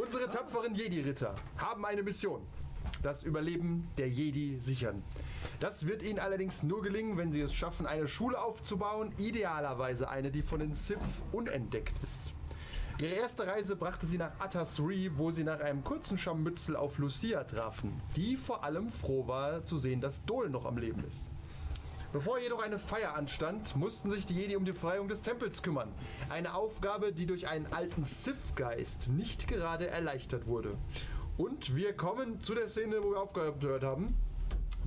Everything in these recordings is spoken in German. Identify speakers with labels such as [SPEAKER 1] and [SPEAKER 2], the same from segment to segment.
[SPEAKER 1] Unsere tapferen Jedi-Ritter haben eine Mission. Das Überleben der Jedi sichern. Das wird ihnen allerdings nur gelingen, wenn sie es schaffen, eine Schule aufzubauen, idealerweise eine, die von den Sith unentdeckt ist. Ihre erste Reise brachte sie nach Atasri, wo sie nach einem kurzen Scharmützel auf Lucia trafen, die vor allem froh war zu sehen, dass Dol noch am Leben ist. Bevor jedoch eine Feier anstand, mussten sich die Jedi um die Befreiung des Tempels kümmern. Eine Aufgabe, die durch einen alten Sith-Geist nicht gerade erleichtert wurde. Und wir kommen zu der Szene, wo wir aufgehört haben.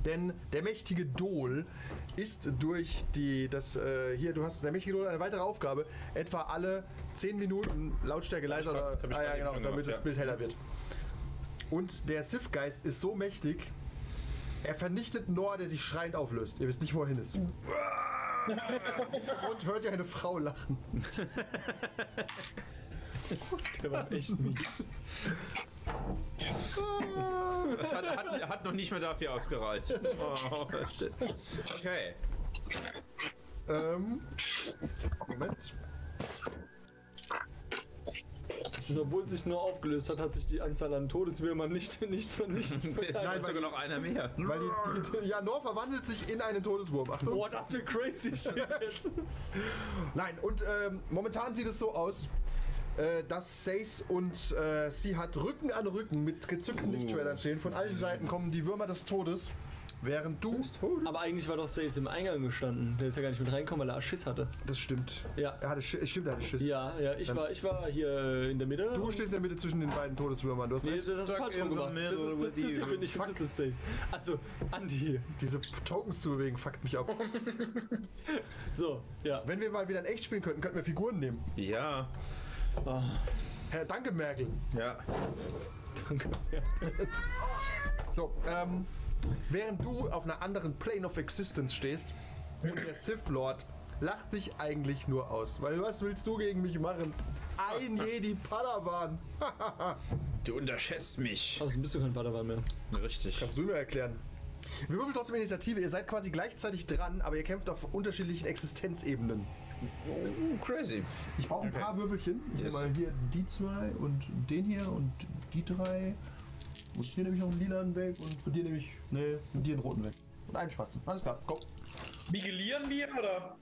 [SPEAKER 1] Denn der mächtige Dol ist durch die, das, äh, hier, du hast, der mächtige Dol hat eine weitere Aufgabe, etwa alle 10 Minuten Lautstärke leiser,
[SPEAKER 2] hab- hab ich
[SPEAKER 1] oder, ah, ja,
[SPEAKER 2] gerade eben
[SPEAKER 1] genau,
[SPEAKER 2] schon
[SPEAKER 1] damit
[SPEAKER 2] gemacht,
[SPEAKER 1] das
[SPEAKER 2] ja.
[SPEAKER 1] Bild heller wird. Und der Sith-Geist ist so mächtig, er vernichtet Noah, der sich schreiend auflöst. Ihr wisst nicht, wo er hin ist. Im Hintergrund hört ihr eine Frau lachen.
[SPEAKER 2] Der war echt mies. Das hat, hat, hat noch nicht mehr dafür ausgereicht. Oh, shit. okay.
[SPEAKER 1] Ähm, Moment.
[SPEAKER 3] Und obwohl sich nur aufgelöst hat, hat sich die Anzahl an Todeswürmern nicht, nicht vernichtet.
[SPEAKER 2] Es hat halt sogar noch einer mehr.
[SPEAKER 1] Weil die, die, die, ja, Noah verwandelt sich in einen Todeswurm. Achtung.
[SPEAKER 3] Boah, das wird crazy shit jetzt.
[SPEAKER 1] Nein, und ähm, momentan sieht es so aus, äh, dass Sace und äh, sie hat Rücken an Rücken mit gezückten Lichtschwertern stehen. Von allen Seiten kommen die Würmer des Todes. Während du.
[SPEAKER 3] Aber eigentlich war doch Sales im Eingang gestanden. Der ist ja gar nicht mit reingekommen, weil er Schiss hatte.
[SPEAKER 1] Das stimmt.
[SPEAKER 3] Ja.
[SPEAKER 1] Er hatte Schiss. Stimmt, er hatte Schiss.
[SPEAKER 3] Ja, ja, ich war, ich war hier äh, in der Mitte.
[SPEAKER 1] Du stehst in der Mitte zwischen den beiden Todeswürmern. Du hast
[SPEAKER 3] Nee,
[SPEAKER 1] recht.
[SPEAKER 3] das hast du
[SPEAKER 2] Stuck
[SPEAKER 3] falsch
[SPEAKER 2] in
[SPEAKER 3] rum
[SPEAKER 2] the
[SPEAKER 3] gemacht. Das
[SPEAKER 2] middle
[SPEAKER 3] ist, das,
[SPEAKER 2] with
[SPEAKER 3] das hier
[SPEAKER 2] you.
[SPEAKER 3] bin ich
[SPEAKER 1] Fuck.
[SPEAKER 3] und das ist Sales. Also, Andi hier.
[SPEAKER 1] Diese Tokens zu bewegen, fuckt mich ab.
[SPEAKER 3] So, ja.
[SPEAKER 1] Wenn wir mal wieder in echt spielen könnten, könnten wir Figuren nehmen.
[SPEAKER 2] Ja.
[SPEAKER 3] Ah,
[SPEAKER 1] Herr, danke, Merkel.
[SPEAKER 2] Ja.
[SPEAKER 3] danke.
[SPEAKER 1] So, ähm, während du auf einer anderen Plane of Existence stehst und der Sith Lord lacht dich eigentlich nur aus. Weil was willst du gegen mich machen? Ein Jedi Padawan.
[SPEAKER 2] Du unterschätzt mich.
[SPEAKER 3] Außerdem bist du kein Padawan mehr.
[SPEAKER 2] Richtig.
[SPEAKER 1] Kannst du mir erklären? Wir würfeln trotzdem Initiative. Ihr seid quasi gleichzeitig dran, aber ihr kämpft auf unterschiedlichen Existenzebenen.
[SPEAKER 2] Uh, crazy.
[SPEAKER 1] Ich brauche ein
[SPEAKER 2] Okay.
[SPEAKER 1] paar Würfelchen. Ich
[SPEAKER 2] Yes.
[SPEAKER 1] nehme mal hier die zwei und den hier und die drei. Und hier nehme ich noch einen lilanen weg und von dir nehme ich, nee, mit dir einen roten weg. Und einen schwarzen. Alles klar, komm.
[SPEAKER 4] Migelieren wir oder?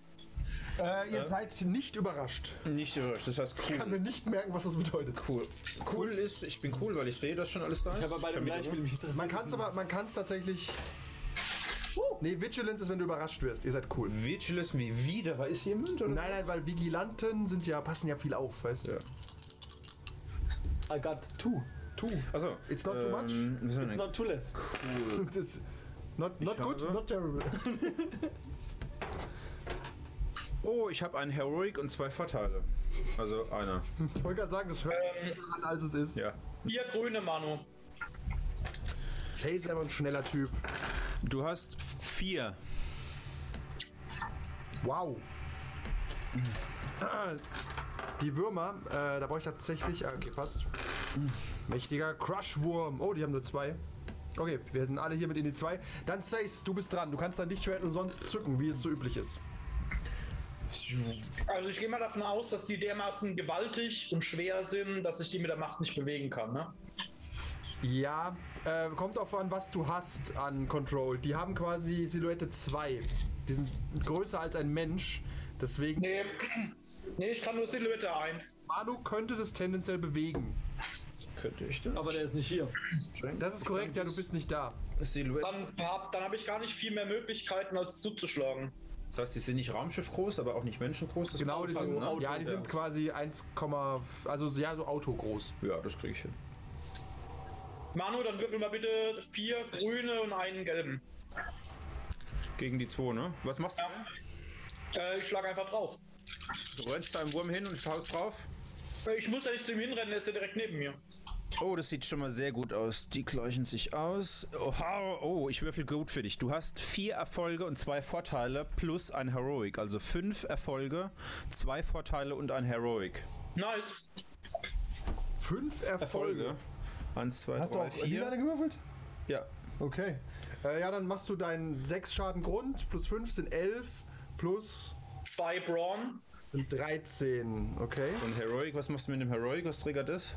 [SPEAKER 1] Äh, ihr seid nicht überrascht.
[SPEAKER 2] Nicht überrascht, das heißt
[SPEAKER 1] Ich kann mir
[SPEAKER 2] cool.
[SPEAKER 1] nicht merken, was das bedeutet.
[SPEAKER 2] Cool. Cool ist, ich bin cool, weil ich sehe, dass schon alles da ist.
[SPEAKER 3] Ich habe bei dem
[SPEAKER 2] Kann
[SPEAKER 3] gleichen
[SPEAKER 2] mich-
[SPEAKER 3] will mich nicht
[SPEAKER 1] Man kann es aber, man kann es tatsächlich. Nee, Vigilance ist, wenn du überrascht wirst. Ihr seid cool.
[SPEAKER 2] Vigilance, wie wieder ist jemand? Oder?
[SPEAKER 1] Nein, nein, weil Vigilanten sind ja, passen ja viel auf, weißt du?
[SPEAKER 2] Ja.
[SPEAKER 3] I got two.
[SPEAKER 1] Tu.
[SPEAKER 2] Achso.
[SPEAKER 1] It's not too much.
[SPEAKER 2] Ähm, was soll
[SPEAKER 3] It's
[SPEAKER 2] denn?
[SPEAKER 3] not too less.
[SPEAKER 2] cool.
[SPEAKER 1] Das not not
[SPEAKER 2] Ich
[SPEAKER 1] good,
[SPEAKER 2] habe-
[SPEAKER 1] not terrible.
[SPEAKER 2] Oh, ich habe einen Heroic und zwei Vorteile. Also einer.
[SPEAKER 1] Ich wollte gerade sagen, das hört sich an, als es ist.
[SPEAKER 2] Ja.
[SPEAKER 4] Vier grüne, Manu.
[SPEAKER 1] Hey, ist einfach ein schneller Typ.
[SPEAKER 2] Du hast vier.
[SPEAKER 1] Wow. Die Würmer, äh, da brauche ich tatsächlich. ah, Okay, passt. Mächtiger Crushwurm. Oh, die haben nur zwei. Okay, wir sind alle hier mit in die zwei. Dann Sace, du bist dran. Du kannst dein Lichtschwert und sonst zücken, wie es so üblich ist.
[SPEAKER 4] Also ich gehe mal davon aus, dass die dermaßen gewaltig und schwer sind, dass ich die mit der Macht nicht bewegen kann, ne?
[SPEAKER 1] Ja, äh, kommt auf an, was du hast an Control. Die haben quasi Silhouette 2. Die sind größer als ein Mensch. Deswegen,
[SPEAKER 4] Nee. nee, ich kann nur Silhouette 1.
[SPEAKER 1] Manu könnte das tendenziell bewegen.
[SPEAKER 2] Könnte ich das?
[SPEAKER 3] Aber der ist nicht hier.
[SPEAKER 1] Das ist korrekt, ja, du bist nicht da.
[SPEAKER 2] Silhouette.
[SPEAKER 4] Dann habe dann hab ich gar nicht viel mehr Möglichkeiten, als zuzuschlagen.
[SPEAKER 2] Das heißt, die sind nicht Raumschiff groß, aber auch nicht menschengroß. Das
[SPEAKER 1] Genau,
[SPEAKER 2] muss
[SPEAKER 1] die
[SPEAKER 2] passen,
[SPEAKER 1] sind,
[SPEAKER 2] ne?
[SPEAKER 3] Auto,
[SPEAKER 1] ja, die
[SPEAKER 3] ja.
[SPEAKER 1] sind quasi 1, also ja, so Auto groß.
[SPEAKER 2] Ja, das kriege ich hin.
[SPEAKER 4] Manu, dann würfel mal bitte vier grüne und einen gelben.
[SPEAKER 2] Gegen die zwei, ne? Was machst du?
[SPEAKER 4] Ja. Äh, ich schlag einfach drauf.
[SPEAKER 2] Du rennst deinem Wurm hin und schaust drauf.
[SPEAKER 4] Äh, Ich muss ja nicht zu ihm hinrennen, er ist ja direkt neben mir.
[SPEAKER 2] Oh, das sieht schon mal sehr gut aus. Die gleichen sich aus. Oha, oh, ich würfel gut für dich. Du hast vier Erfolge und zwei Vorteile plus ein Heroic. Also fünf Erfolge, zwei Vorteile und ein Heroic.
[SPEAKER 4] Nice.
[SPEAKER 1] Fünf Erfolge.
[SPEAKER 2] Eins, zwei,
[SPEAKER 1] Hast du
[SPEAKER 2] drei,
[SPEAKER 1] auch
[SPEAKER 2] vier.
[SPEAKER 1] Lilane gewürfelt?
[SPEAKER 2] Ja.
[SPEAKER 1] Okay. Äh, ja, dann machst du deinen 6 Schaden Grund, plus 5 sind 11, plus
[SPEAKER 4] Zwei Brawn.
[SPEAKER 1] sind 13. Okay.
[SPEAKER 2] Und Heroic, was machst du mit dem Heroic? Was triggert das?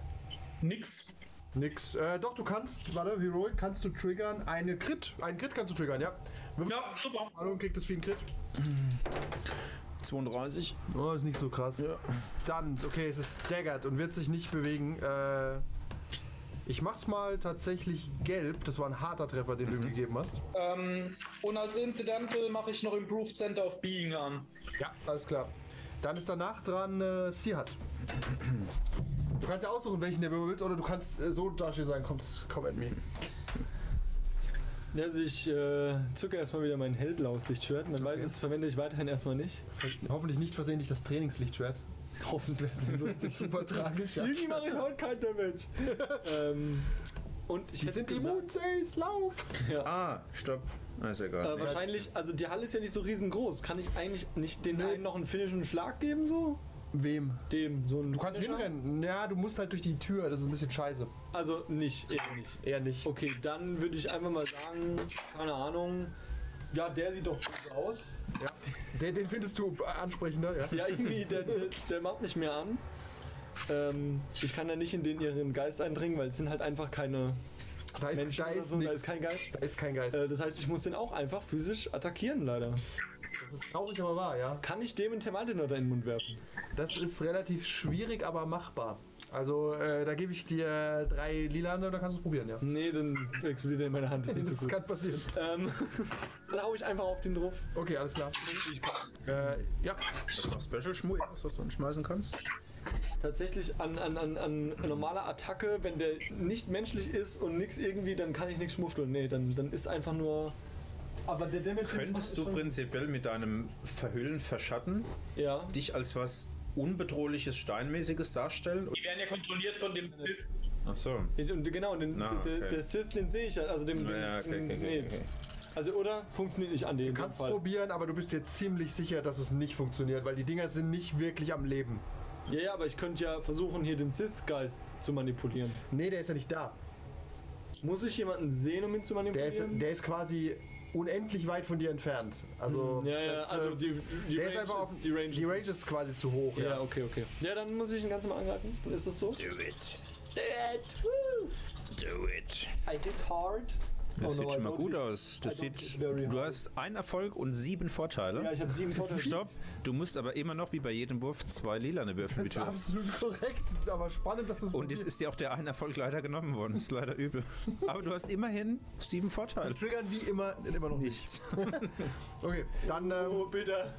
[SPEAKER 4] Nix.
[SPEAKER 1] Nix. Äh, doch, du kannst, warte, Heroic kannst du triggern, eine Crit. Einen Crit kannst du triggern, ja. Wirf
[SPEAKER 4] Ja, super.
[SPEAKER 1] mal und kriegt es wie ein Crit.
[SPEAKER 2] 32.
[SPEAKER 1] Oh, ist nicht so krass.
[SPEAKER 2] Ja.
[SPEAKER 1] Stunned. Okay, es ist staggered und wird sich nicht bewegen. Äh, ich mach's mal tatsächlich gelb. Das war ein harter Treffer, den du ihm gegeben hast.
[SPEAKER 4] Ähm, und als Incidental mache ich noch Improved Center of Being an.
[SPEAKER 1] Ja, alles klar. Dann ist danach dran äh, Sihat. Du kannst ja aussuchen, welchen der wirbelst, oder du kannst äh, so dastehen sagen, komm, komm at me.
[SPEAKER 3] Ja, also ich äh, zücke erstmal wieder mein hellblaues Lichtschwert. Mein weißes verwende ich weiterhin erstmal nicht.
[SPEAKER 1] Hoffentlich nicht versehentlich das Trainingslichtschwert.
[SPEAKER 3] Hoffentlich ist das lustig.
[SPEAKER 1] Super tragisch, ja.
[SPEAKER 3] Irgendwie mache ich heute kein Damage. ähm, und ich
[SPEAKER 1] Die
[SPEAKER 3] hätte
[SPEAKER 1] sind
[SPEAKER 3] gesagt, äh,
[SPEAKER 1] immun, Says, lauf!
[SPEAKER 2] Ah, stopp. Ah, ist egal.
[SPEAKER 3] äh, wahrscheinlich, also die Halle ist ja nicht so riesengroß. Kann ich eigentlich nicht den
[SPEAKER 1] Nein.
[SPEAKER 3] Helden noch einen finnischen Schlag geben so?
[SPEAKER 1] Wem?
[SPEAKER 3] Dem so einen
[SPEAKER 1] Du kannst
[SPEAKER 3] Finisher?
[SPEAKER 1] hinrennen. Ja, du musst halt durch die Tür, das ist ein bisschen scheiße.
[SPEAKER 3] Also nicht, eben nicht.
[SPEAKER 1] Eher nicht.
[SPEAKER 3] Okay, dann würde ich einfach mal sagen, keine Ahnung. Ja, der sieht doch gut aus.
[SPEAKER 1] Ja. Den, den findest du äh, ansprechender, ja.
[SPEAKER 3] Ja, irgendwie, der, der, der macht mich mehr an. Ähm, ich kann da nicht in den ihren Geist eindringen, weil es sind halt einfach keine
[SPEAKER 1] Da ist,
[SPEAKER 3] Menschen
[SPEAKER 1] da
[SPEAKER 3] oder
[SPEAKER 1] ist,
[SPEAKER 3] so, da
[SPEAKER 1] nix.
[SPEAKER 3] ist kein Geist.
[SPEAKER 1] Da ist kein Geist.
[SPEAKER 3] Äh, das heißt, ich muss den auch einfach physisch attackieren, leider.
[SPEAKER 1] Das ist traurig, aber wahr, ja.
[SPEAKER 3] Kann ich dem einen Thermaltenoter in den Mund werfen?
[SPEAKER 1] Das ist relativ schwierig, aber machbar. Also, äh, da gebe ich dir drei Lilane, dann kannst du es probieren, ja.
[SPEAKER 3] Nee, dann explodiert er in meiner Hand, das ist nicht so
[SPEAKER 1] Das
[SPEAKER 3] gut.
[SPEAKER 1] kann passieren.
[SPEAKER 3] Ähm, dann hau ich einfach auf den drauf.
[SPEAKER 1] Okay, alles klar. Äh, ja,
[SPEAKER 2] Ist noch Special Schmuck, was du anschmeißen kannst?
[SPEAKER 3] Tatsächlich an, an, an, an normaler Attacke, wenn der nicht menschlich ist und nix irgendwie, dann kann ich nichts schmuffeln. Nee, dann, dann ist einfach nur. Aber der Damage. den ich mache, ist
[SPEAKER 2] Könntest du
[SPEAKER 3] schon-
[SPEAKER 2] prinzipiell mit deinem Verhüllen, Verschatten
[SPEAKER 3] Ja.
[SPEAKER 2] dich als was unbedrohliches, steinmäßiges darstellen?
[SPEAKER 4] Die werden ja kontrolliert von dem Sith.
[SPEAKER 2] Ach so.
[SPEAKER 3] Ich- Und genau, den,
[SPEAKER 2] Na,
[SPEAKER 3] der,
[SPEAKER 2] Ah, okay.
[SPEAKER 3] der Sith, den sehe ich ja. Also dem. den-
[SPEAKER 2] Ja, okay, okay,
[SPEAKER 3] nee.
[SPEAKER 2] okay, okay.
[SPEAKER 3] Also oder funktioniert nicht an den.
[SPEAKER 1] du kannst probieren, aber du bist dir ziemlich sicher, dass es nicht funktioniert, weil die Dinger sind nicht wirklich am Leben.
[SPEAKER 3] Ja, ja, aber ich könnte ja versuchen, hier den Sith-Geist zu manipulieren.
[SPEAKER 1] Nee, der ist ja nicht da.
[SPEAKER 3] Muss ich jemanden sehen, um ihn zu
[SPEAKER 1] Der ist,
[SPEAKER 3] manipulieren?
[SPEAKER 1] der ist quasi unendlich weit von dir entfernt. Also,
[SPEAKER 3] ja, ja,
[SPEAKER 1] das,
[SPEAKER 3] also
[SPEAKER 1] äh,
[SPEAKER 3] die, die,
[SPEAKER 1] der ist einfach auf, die Range,
[SPEAKER 3] ist-
[SPEAKER 1] ist quasi zu hoch.
[SPEAKER 3] Ja, um
[SPEAKER 1] Ja.
[SPEAKER 3] okay, okay. Ja, dann muss ich ihn ganz mal angreifen. Ist das so? Do it. Do it. Woo.
[SPEAKER 2] Do it.
[SPEAKER 3] I hit hard.
[SPEAKER 2] Das
[SPEAKER 3] Oh no,
[SPEAKER 2] sieht
[SPEAKER 3] I
[SPEAKER 2] schon mal
[SPEAKER 3] don't
[SPEAKER 2] gut
[SPEAKER 3] hit-
[SPEAKER 2] aus. Das
[SPEAKER 3] I don't
[SPEAKER 2] sieht,
[SPEAKER 3] hit very
[SPEAKER 2] du
[SPEAKER 3] hard.
[SPEAKER 2] hast einen Erfolg und sieben Vorteile.
[SPEAKER 3] Ja, ich habe sieben Vorteile.
[SPEAKER 2] Stopp. Du musst aber immer noch wie bei jedem Wurf zwei lilane Würfel
[SPEAKER 1] Das ist
[SPEAKER 2] mitwerfen.
[SPEAKER 1] absolut korrekt, aber spannend, dass du es
[SPEAKER 2] Und es ist dir auch der ein Erfolg leider genommen worden. Das ist leider übel. Aber du hast immerhin sieben Vorteile.
[SPEAKER 1] Triggern wie immer, immer noch nicht.
[SPEAKER 2] Nichts.
[SPEAKER 1] Okay, dann, ähm,
[SPEAKER 3] Oh, bitte.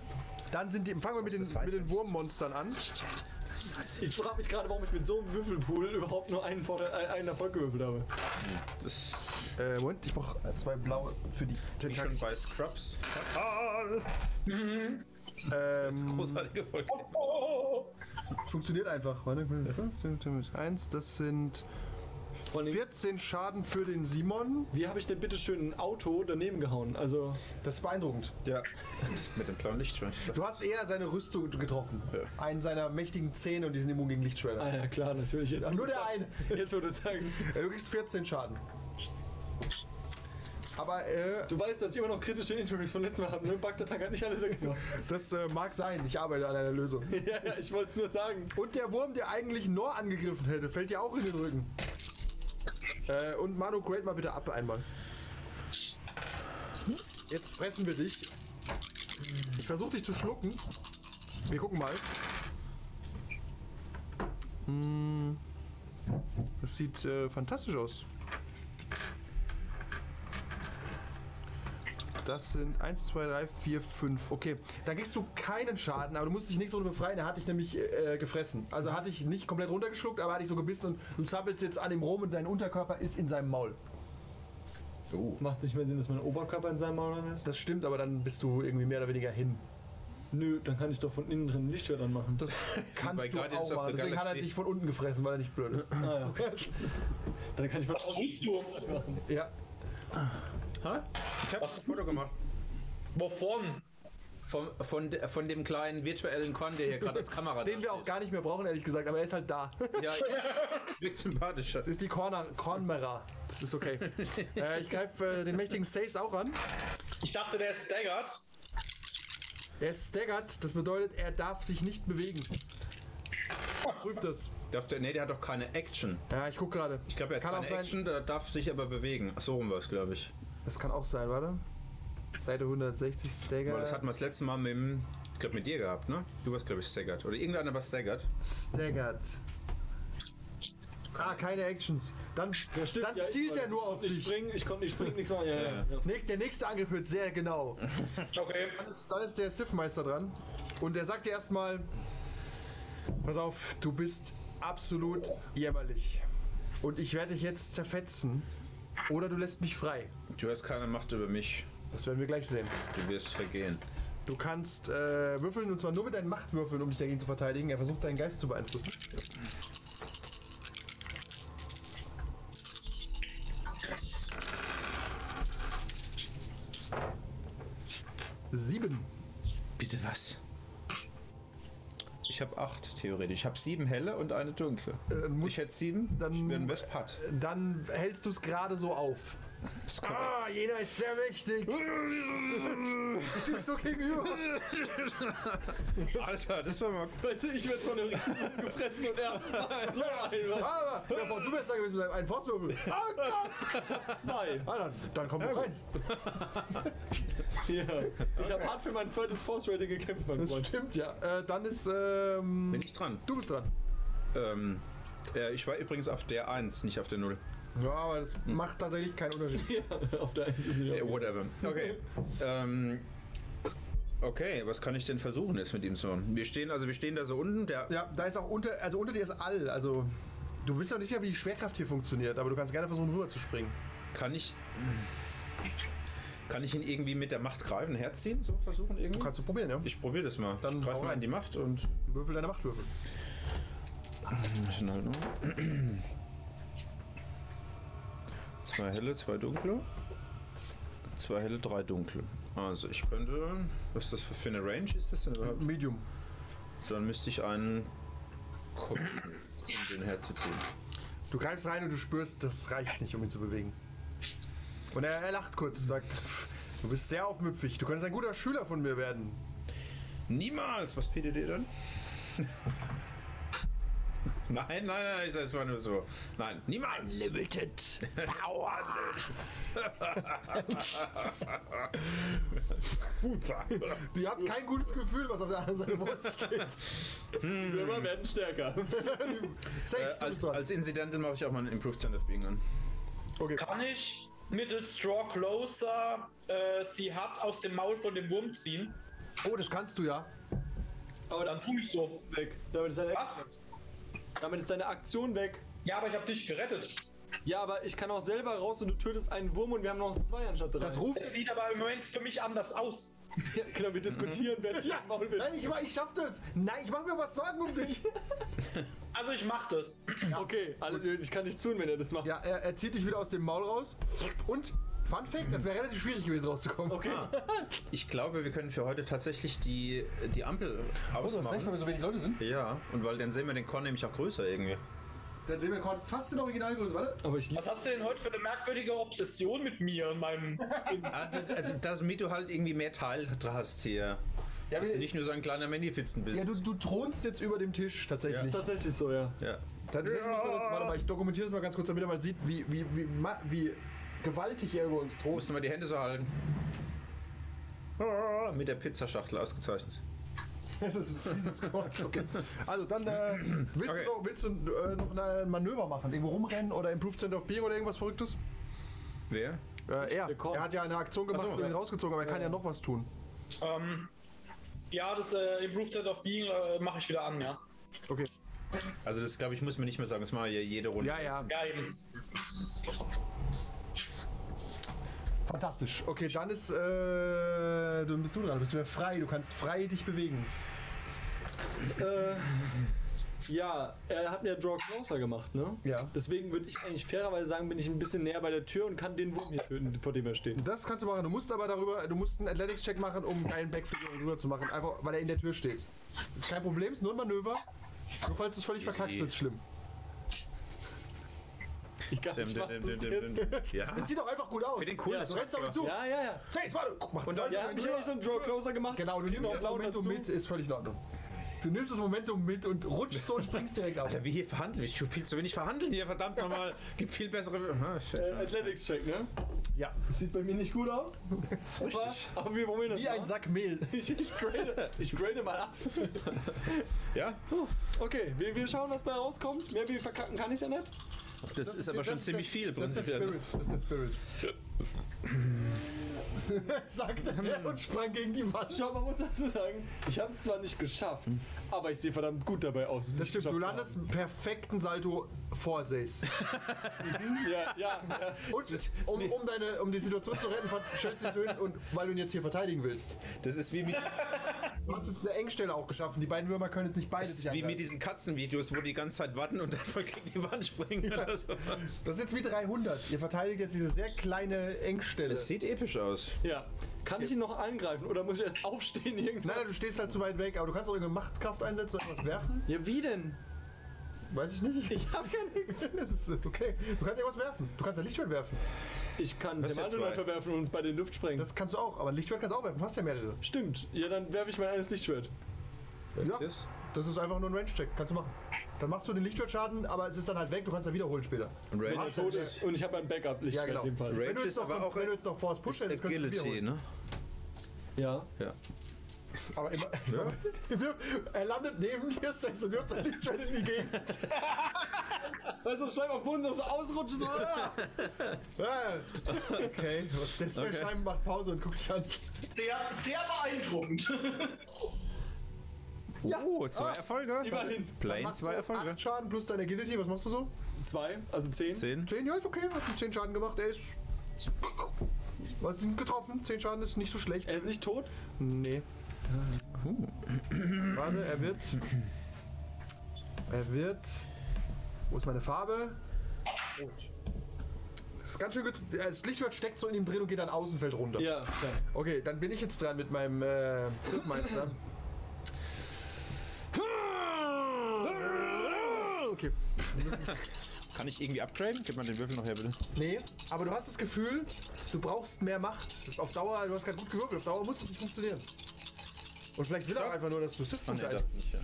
[SPEAKER 1] dann sind die, fangen wir mit den,
[SPEAKER 2] das weiß
[SPEAKER 1] mit den Wurmmonstern an.
[SPEAKER 3] Ich frage mich gerade, warum ich mit so einem Würfelpool überhaupt nur einen, Vorteil, äh, einen Erfolg gewürfelt habe.
[SPEAKER 2] Das
[SPEAKER 1] Äh, Moment, ich brauche zwei blaue für die
[SPEAKER 2] wie schon
[SPEAKER 1] Tentakel.
[SPEAKER 2] bei Scrubs. Fatal.
[SPEAKER 1] Ähm,
[SPEAKER 2] Großartige Folge.
[SPEAKER 4] Oh,
[SPEAKER 1] funktioniert einfach. Warte, 1, das sind
[SPEAKER 3] Vor allem,
[SPEAKER 1] 14 Schaden für den Simon.
[SPEAKER 3] wie habe ich denn bitte schön ein Auto daneben gehauen? Also,
[SPEAKER 1] Das ist beeindruckend.
[SPEAKER 2] Ja. Mit dem blauen Lichtschwert.
[SPEAKER 1] Du hast eher seine Rüstung getroffen. Einen seiner mächtigen Zähne und die sind immun gegen Lichtschwerter.
[SPEAKER 3] ah ja, klar, natürlich. Jetzt,
[SPEAKER 1] Ja,
[SPEAKER 3] wo
[SPEAKER 1] nur
[SPEAKER 3] du
[SPEAKER 1] der
[SPEAKER 3] sagst-
[SPEAKER 1] eine.
[SPEAKER 3] Jetzt, wo du sagst.
[SPEAKER 1] Äh, Du kriegst 14 Schaden. Aber äh,
[SPEAKER 3] Du weißt, dass ich immer noch kritische Injuries von letztem Mal habe, ne? Bagdad hat nicht alles weggenommen.
[SPEAKER 1] das äh, mag sein. Ich arbeite an einer Lösung.
[SPEAKER 3] ja, ja, ich wollte es nur sagen.
[SPEAKER 1] Und der Wurm, der eigentlich Nor angegriffen hätte, fällt dir auch in den Rücken. Äh, und Manu, grade mal bitte ab einmal. Jetzt fressen wir dich. Ich versuche dich zu schlucken. Wir gucken mal. Hm, Das sieht äh, fantastisch aus. Das sind 1, 2, 3, 4, 5. Okay, dann kriegst du keinen Schaden, aber du musst dich nächste Runde befreien. Er hat dich nämlich äh, gefressen. Also hat dich nicht komplett runtergeschluckt, aber hat dich so gebissen und du zappelst jetzt an ihm rum und dein Unterkörper ist in seinem Maul.
[SPEAKER 3] Macht nicht mehr Sinn, dass mein Oberkörper in seinem Maul ist?
[SPEAKER 1] Das stimmt, aber dann bist du irgendwie mehr oder weniger hin.
[SPEAKER 3] Nö, dann kann ich doch von innen drin ein Lichtschwert anmachen.
[SPEAKER 1] Das kannst
[SPEAKER 2] bei
[SPEAKER 1] du
[SPEAKER 2] Guardians
[SPEAKER 1] auch
[SPEAKER 2] of
[SPEAKER 1] mal.
[SPEAKER 2] the
[SPEAKER 1] Deswegen hat er
[SPEAKER 2] Galaxy.
[SPEAKER 1] dich von unten gefressen, weil er nicht blöd ist.
[SPEAKER 3] Ah, ja. Dann kann ich
[SPEAKER 4] Was tust du?
[SPEAKER 3] machen.
[SPEAKER 1] Ja,
[SPEAKER 2] Ich habe
[SPEAKER 4] Was-
[SPEAKER 2] ein Foto gemacht.
[SPEAKER 4] Wovon?
[SPEAKER 2] Von, von, de- von dem kleinen virtuellen Con, der hier gerade als Kamera
[SPEAKER 1] den wir auch gar nicht mehr brauchen, ehrlich gesagt, aber er ist halt da.
[SPEAKER 2] Ja, ja. wirkt sympathischer.
[SPEAKER 1] Das ist die Corner Cornmera. Das ist okay. äh, ich greife äh, den mächtigen Sace auch an.
[SPEAKER 4] Ich dachte, der ist staggert.
[SPEAKER 1] Er ist staggert, das bedeutet, er darf sich nicht bewegen. Prüf das.
[SPEAKER 2] Darf der, nee, der hat doch keine Action.
[SPEAKER 1] Ja, ich guck gerade.
[SPEAKER 2] Ich glaube, er hat
[SPEAKER 1] Kann
[SPEAKER 2] keine
[SPEAKER 1] auch sein.
[SPEAKER 2] Action, der darf sich aber bewegen. Ach, So rum war es, glaube ich.
[SPEAKER 1] Das kann auch sein, warte. Seite 160
[SPEAKER 2] Weil
[SPEAKER 1] Stagger.
[SPEAKER 2] das hatten wir das letzte Mal mit dem, ich glaube mit dir gehabt, ne? Du warst, glaube ich, staggert. Oder irgendeiner war staggert.
[SPEAKER 1] Staggert. Ah, keine Actions. Dann, dann
[SPEAKER 3] Ja, ich
[SPEAKER 1] zielt
[SPEAKER 3] weiß.
[SPEAKER 1] er nur auf
[SPEAKER 3] ich
[SPEAKER 1] dich.
[SPEAKER 3] Spring, ich konnte nicht springen, nichts machen. Ja, ja, ja.
[SPEAKER 1] Nee, der nächste Angriff wird sehr genau.
[SPEAKER 4] Okay.
[SPEAKER 1] Dann ist, dann ist der Sith-Meister dran. Und der sagt dir erstmal: Pass auf, du bist absolut jämmerlich. Und ich werde dich jetzt zerfetzen. Oder du lässt mich frei.
[SPEAKER 2] Du hast keine Macht über mich.
[SPEAKER 1] Das werden wir gleich sehen.
[SPEAKER 2] Du wirst vergehen.
[SPEAKER 1] Du kannst äh, würfeln und zwar nur mit deinen Machtwürfeln, um dich dagegen zu verteidigen. Er versucht deinen Geist zu beeinflussen. Sieben.
[SPEAKER 2] Bitte was? Ich habe acht, theoretisch. Ich habe sieben helle und eine dunkle.
[SPEAKER 1] Äh, muss-
[SPEAKER 2] ich hätte sieben,
[SPEAKER 1] dann-
[SPEAKER 2] ich wäre ein Westpart.
[SPEAKER 1] Dann hältst du es gerade so auf.
[SPEAKER 2] Ist
[SPEAKER 1] Ah, jener ist sehr mächtig. Ich stehe so gegenüber.
[SPEAKER 2] Alter, das war mal
[SPEAKER 3] Weißt du, ich werde von einem Riesen gefressen und er macht so einfach.
[SPEAKER 1] Ah, ja, Frau, du wärst da gewesen mit deinem einen Forstwürfel. Ah, Gott.
[SPEAKER 3] Zwei.
[SPEAKER 1] Ah, dann, dann komm doch rein.
[SPEAKER 3] Ja. Ich habe hart für mein zweites Force Rating gekämpft, mein
[SPEAKER 1] Das
[SPEAKER 3] Freund.
[SPEAKER 1] stimmt, ja. Äh, dann ist, ähm,
[SPEAKER 2] Bin ich dran?
[SPEAKER 1] du bist dran.
[SPEAKER 2] Ähm, äh, ich war übrigens auf der 1, nicht auf der 0.
[SPEAKER 1] Ja, aber das macht tatsächlich keinen Unterschied.
[SPEAKER 3] Ja, auf der Eins ist
[SPEAKER 2] Äh,
[SPEAKER 3] nicht auf.
[SPEAKER 2] whatever. Okay. ähm, okay, was kann ich denn versuchen jetzt mit ihm so? Wir stehen, also wir stehen da so unten, der.
[SPEAKER 1] Ja, da ist auch unter, also unter dir ist All, also du bist doch nicht sicher, wie die Schwerkraft hier funktioniert, aber du kannst gerne versuchen rüber zu springen.
[SPEAKER 2] Kann ich. Kann ich ihn irgendwie mit der Macht greifen, herziehen? So versuchen
[SPEAKER 1] Du
[SPEAKER 2] irgendwie?
[SPEAKER 1] kannst du probieren, ja?
[SPEAKER 2] ich probiere das mal.
[SPEAKER 1] Dann
[SPEAKER 2] ich
[SPEAKER 1] hau
[SPEAKER 2] greife mal
[SPEAKER 1] rein.
[SPEAKER 2] in die Macht und.
[SPEAKER 1] Würfel deine Machtwürfel.
[SPEAKER 2] Zwei helle, zwei dunkle. Zwei helle, drei dunkle. Also ich könnte. Was ist das für- für eine Range ist das denn überhaupt?
[SPEAKER 1] Medium.
[SPEAKER 2] Dann müsste ich einen Kunden, um den herzuziehen.
[SPEAKER 1] Du greifst rein und du spürst, das reicht nicht, um ihn zu bewegen. Und er, er lacht kurz und sagt, "Pff, du bist sehr aufmüpfig, du könntest ein guter Schüler von mir werden.
[SPEAKER 2] Niemals! Was bietet ihr denn? nein, nein, nein, ich sag's mal nur so. Nein, niemals! Äh, Unlimited Power!
[SPEAKER 1] Ihr habt kein gutes Gefühl, was auf der anderen Seite vor sich geht.
[SPEAKER 3] Die Würmer werden stärker.
[SPEAKER 1] Safe,
[SPEAKER 2] äh,
[SPEAKER 1] du bist
[SPEAKER 2] als,
[SPEAKER 1] dran.
[SPEAKER 2] als Incidental mache ich auch mal einen Improved Send of Being an.
[SPEAKER 1] okay.
[SPEAKER 4] Kann ich mittels Draw Closer äh, sie hat aus dem Maul von dem Wurm ziehen?
[SPEAKER 1] Oh, das kannst du ja.
[SPEAKER 3] Aber
[SPEAKER 4] Dann tu ich so.
[SPEAKER 3] weg. Damit ist, deine,
[SPEAKER 4] Was?
[SPEAKER 3] damit ist deine Aktion weg.
[SPEAKER 4] Ja, aber ich habe dich gerettet.
[SPEAKER 3] Ja, aber ich kann auch selber raus und du tötest einen Wurm und wir haben noch zwei anstatt drei.
[SPEAKER 1] Das ruft.
[SPEAKER 4] Es sieht aber im Moment für mich anders aus.
[SPEAKER 3] Ja, genau, wir diskutieren, wer dich am Maul will.
[SPEAKER 1] Nein, ich, mach- ich schaff das. Nein, ich mach mir was Sorgen um dich.
[SPEAKER 4] Also ich mach das.
[SPEAKER 3] Okay, alle, ich kann nicht tun, wenn er das macht.
[SPEAKER 1] Ja, er, er zieht dich wieder aus dem Maul raus. Und, Fun Fact, das wäre relativ schwierig gewesen rauszukommen.
[SPEAKER 3] Okay.
[SPEAKER 2] Ich glaube, wir können für heute tatsächlich die, die
[SPEAKER 1] Oh,
[SPEAKER 2] Ampel ausmachen.
[SPEAKER 1] wir so wenig Leute sind.
[SPEAKER 2] ja, und weil dann sehen wir den Con nämlich auch größer irgendwie.
[SPEAKER 1] Dann sehen wir gerade fast in Originalgröße, warte.
[SPEAKER 3] Aber ich liebe
[SPEAKER 4] Was hast du denn heute für eine merkwürdige Obsession mit mir und meinem...
[SPEAKER 2] Ah, d- d- Dass mit du halt irgendwie mehr Teil hast hier.
[SPEAKER 1] Ja,
[SPEAKER 2] Dass
[SPEAKER 1] wir-
[SPEAKER 2] du nicht nur so ein kleiner Männifitzen bist.
[SPEAKER 1] Ja, du, du thronst jetzt über dem Tisch,
[SPEAKER 3] das
[SPEAKER 1] tatsächlich.
[SPEAKER 3] ist tatsächlich so, ja.
[SPEAKER 2] Ja.
[SPEAKER 1] Tatsächlich muss man das, warte mal, ich dokumentiere das mal ganz kurz, damit er mal sieht, wie, wie, wie, ma- wie gewaltig er über uns
[SPEAKER 2] Musst
[SPEAKER 1] thront.
[SPEAKER 2] du mal die Hände so halten. Ah, Mit der Pizzaschachtel ausgezeichnet.
[SPEAKER 1] Das ist Jesus Gott, okay. Also, dann, äh, willst
[SPEAKER 2] Okay.
[SPEAKER 1] du noch, willst du, äh, noch ein Manöver machen? Irgendwo rumrennen oder Improved Center of Being oder irgendwas Verrücktes?
[SPEAKER 2] Wer?
[SPEAKER 1] Äh, er.
[SPEAKER 3] Der Korn.
[SPEAKER 1] Er hat ja eine Aktion gemacht
[SPEAKER 2] Ach so,
[SPEAKER 1] und ihn
[SPEAKER 2] ja.
[SPEAKER 1] rausgezogen, aber er kann ja noch was tun.
[SPEAKER 4] Ähm, ja, das äh, Improved Set of Being äh, mache ich wieder an, ja.
[SPEAKER 1] Okay.
[SPEAKER 2] Also das glaube ich muss man nicht mehr sagen. Das machen wir ja jede Runde.
[SPEAKER 1] Ja, ja.
[SPEAKER 4] Ja, eben.
[SPEAKER 5] Fantastisch.
[SPEAKER 1] Okay, dann ist, äh, dann bist du dran, bist du wieder frei, du kannst frei dich bewegen.
[SPEAKER 3] Äh, ja, er hat mir Draw Closer gemacht, ne?
[SPEAKER 1] Ja.
[SPEAKER 3] Deswegen würde ich eigentlich fairerweise sagen, bin ich ein bisschen näher bei der Tür und kann den Wurm hier töten, vor dem er steht.
[SPEAKER 1] Das kannst du machen, du musst aber darüber, du musst einen Athletics-Check machen, um einen Backflip rüber zu machen, einfach weil er in der Tür steht. Das ist kein Problem, ist nur ein Manöver. Nur falls du es völlig verkackst, wird es schlimm.
[SPEAKER 3] Ich kann
[SPEAKER 2] Dim,
[SPEAKER 3] nicht
[SPEAKER 2] dim,
[SPEAKER 3] machen,
[SPEAKER 2] dim,
[SPEAKER 3] das
[SPEAKER 2] dim,
[SPEAKER 3] jetzt.
[SPEAKER 2] dim, dim. Ja.
[SPEAKER 1] Das sieht doch einfach gut aus.
[SPEAKER 2] Für den coolen
[SPEAKER 1] ja, du rennst damit zu.
[SPEAKER 3] Ja, ja, ja.
[SPEAKER 1] Say, jetzt warte, guck, mach
[SPEAKER 2] dann-
[SPEAKER 1] Salto
[SPEAKER 3] Ja, hab ich auch schon Draw Closer gemacht.
[SPEAKER 1] Genau, du nimmst das
[SPEAKER 3] Blau
[SPEAKER 1] Momentum
[SPEAKER 3] dazu.
[SPEAKER 1] mit, ist völlig in Ordnung. Du nimmst das Momentum mit und rutschst so und springst direkt auf.
[SPEAKER 2] Alter, wie hier verhandeln? Ich tu viel zu wenig verhandeln hier, verdammt nochmal. Gibt viel bessere. Aha, ist ja
[SPEAKER 3] Äh,
[SPEAKER 2] klar.
[SPEAKER 3] Athletics-Check, ne?
[SPEAKER 1] Ja.
[SPEAKER 3] Sieht bei mir nicht gut aus. Aber, aber wir probieren das
[SPEAKER 1] Wie ein
[SPEAKER 3] mal.
[SPEAKER 1] Sack Mehl.
[SPEAKER 3] Ich, ich, grade, ich grade mal ab.
[SPEAKER 2] ja,
[SPEAKER 3] Okay, wir, wir schauen, was da rauskommt. Mehr wie verkacken kann ich ja nicht.
[SPEAKER 2] das, ist aber schon
[SPEAKER 1] das-
[SPEAKER 2] ziemlich viel.
[SPEAKER 1] Das ist der
[SPEAKER 2] prinzipiell.
[SPEAKER 1] Spirit. Das ist der Spirit. Sagte er
[SPEAKER 2] Hm.
[SPEAKER 1] und sprang gegen die Wand.
[SPEAKER 3] Schau, man muss dazu sagen, ich habe es zwar nicht geschafft, aber ich sehe verdammt gut dabei aus. es
[SPEAKER 1] Das
[SPEAKER 3] nicht
[SPEAKER 1] stimmt, du
[SPEAKER 3] geschafft zu
[SPEAKER 1] landest einen perfekten Salto vor Seis.
[SPEAKER 3] haben. Ja, ja, ja.
[SPEAKER 1] Und um, um, deine, um die Situation zu retten, ver- stellst du dich hin und weil du ihn jetzt hier verteidigen willst.
[SPEAKER 2] Das ist wie mit,
[SPEAKER 1] Du hast jetzt eine Engstelle auch geschaffen. Die beiden Würmer können jetzt nicht beide
[SPEAKER 2] das
[SPEAKER 1] sich
[SPEAKER 2] ist wie mit
[SPEAKER 1] angreifen.
[SPEAKER 2] diesen Katzenvideos, wo die ganze Zeit warten und dann voll gegen die Wand springen oder sowas.
[SPEAKER 1] Das ist jetzt wie 300. Ihr verteidigt jetzt diese sehr kleine Engstelle.
[SPEAKER 2] Das sieht episch aus.
[SPEAKER 3] ja. Kann ich ihn noch angreifen oder muss ich erst aufstehen irgendwann?
[SPEAKER 1] Nein, nein, du stehst halt zu weit weg, aber du kannst auch irgendeine Machtkraft einsetzen oder irgendwas werfen.
[SPEAKER 3] Ja, wie denn?
[SPEAKER 1] Weiß ich nicht.
[SPEAKER 3] Ich habe ja nichts.
[SPEAKER 1] Das ist okay. Du kannst irgendwas werfen. Du kannst ein Lichtschwert werfen.
[SPEAKER 3] Ich kann
[SPEAKER 2] Hast
[SPEAKER 3] den
[SPEAKER 2] ja zwei.
[SPEAKER 3] Anulator werfen und uns bei den Luft sprengen.
[SPEAKER 1] Das kannst du auch, aber ein Lichtschwert kannst du auch werfen. Du hast ja mehrere.
[SPEAKER 3] Stimmt. Ja, dann werfe ich mein eines Lichtschwert.
[SPEAKER 1] Ja, das ist einfach nur ein Range-Check. Kannst du machen. Dann machst du den Lichtschwertschaden, aber es ist dann halt weg. Du kannst ja wiederholen später.
[SPEAKER 3] Wenn
[SPEAKER 2] Range,
[SPEAKER 3] er tot ist und ich habe ein Backup-Lichtschwert
[SPEAKER 1] Ja, genau.
[SPEAKER 3] in dem Fall.
[SPEAKER 2] Range
[SPEAKER 1] wenn du
[SPEAKER 2] ist
[SPEAKER 1] jetzt noch,
[SPEAKER 2] aber auch
[SPEAKER 1] wenn du jetzt noch Force Push hättest, könntest du es
[SPEAKER 2] Agility,
[SPEAKER 1] wiederholen.
[SPEAKER 2] ne?
[SPEAKER 3] Ja.
[SPEAKER 1] Aber immer, wirf- er landet neben dir, Sex, und wirft sein Lichtschwert in die Gegend.
[SPEAKER 3] Weißt du, schreib auf Boden, dass du ausrutschst. so, ah!
[SPEAKER 1] Ah. okay, was das okay. Schreiben macht Pause und guckt dich an.
[SPEAKER 4] Sehr, sehr beeindruckend.
[SPEAKER 2] Oh, zwei Erfolge.
[SPEAKER 3] Immerhin.
[SPEAKER 2] Plane,
[SPEAKER 1] Ah. Machst du
[SPEAKER 2] zwei Erfolge.
[SPEAKER 1] 8 Schaden plus deine Agility, was machst du so?
[SPEAKER 3] Zwei, also zehn.
[SPEAKER 2] Zehn.
[SPEAKER 1] 10, ja, ist okay. Hast du 10 Schaden gemacht? Er ist. Was sind getroffen? 10 Schaden ist nicht so schlecht.
[SPEAKER 3] Er ist nicht tot.
[SPEAKER 1] Nee. Warte, er wird. Er wird. Wo ist meine Farbe? Rot. Das ist ganz schön. get- Das Lichtschwert steckt so in ihm drin und geht dann außen, fällt runter.
[SPEAKER 3] Ja. ja.
[SPEAKER 1] Okay, dann bin ich jetzt dran mit meinem äh, Trittmeister. okay.
[SPEAKER 2] Kann ich irgendwie upgraden? Gib mal den Würfel noch her, bitte.
[SPEAKER 1] Nee, aber du hast das Gefühl, du brauchst mehr Macht. Auf Dauer, du hast gerade gut gewirkt, auf Dauer muss das nicht funktionieren. Und vielleicht will er auch einfach nur, dass du Sith
[SPEAKER 2] Oh, nee, das nicht, ja.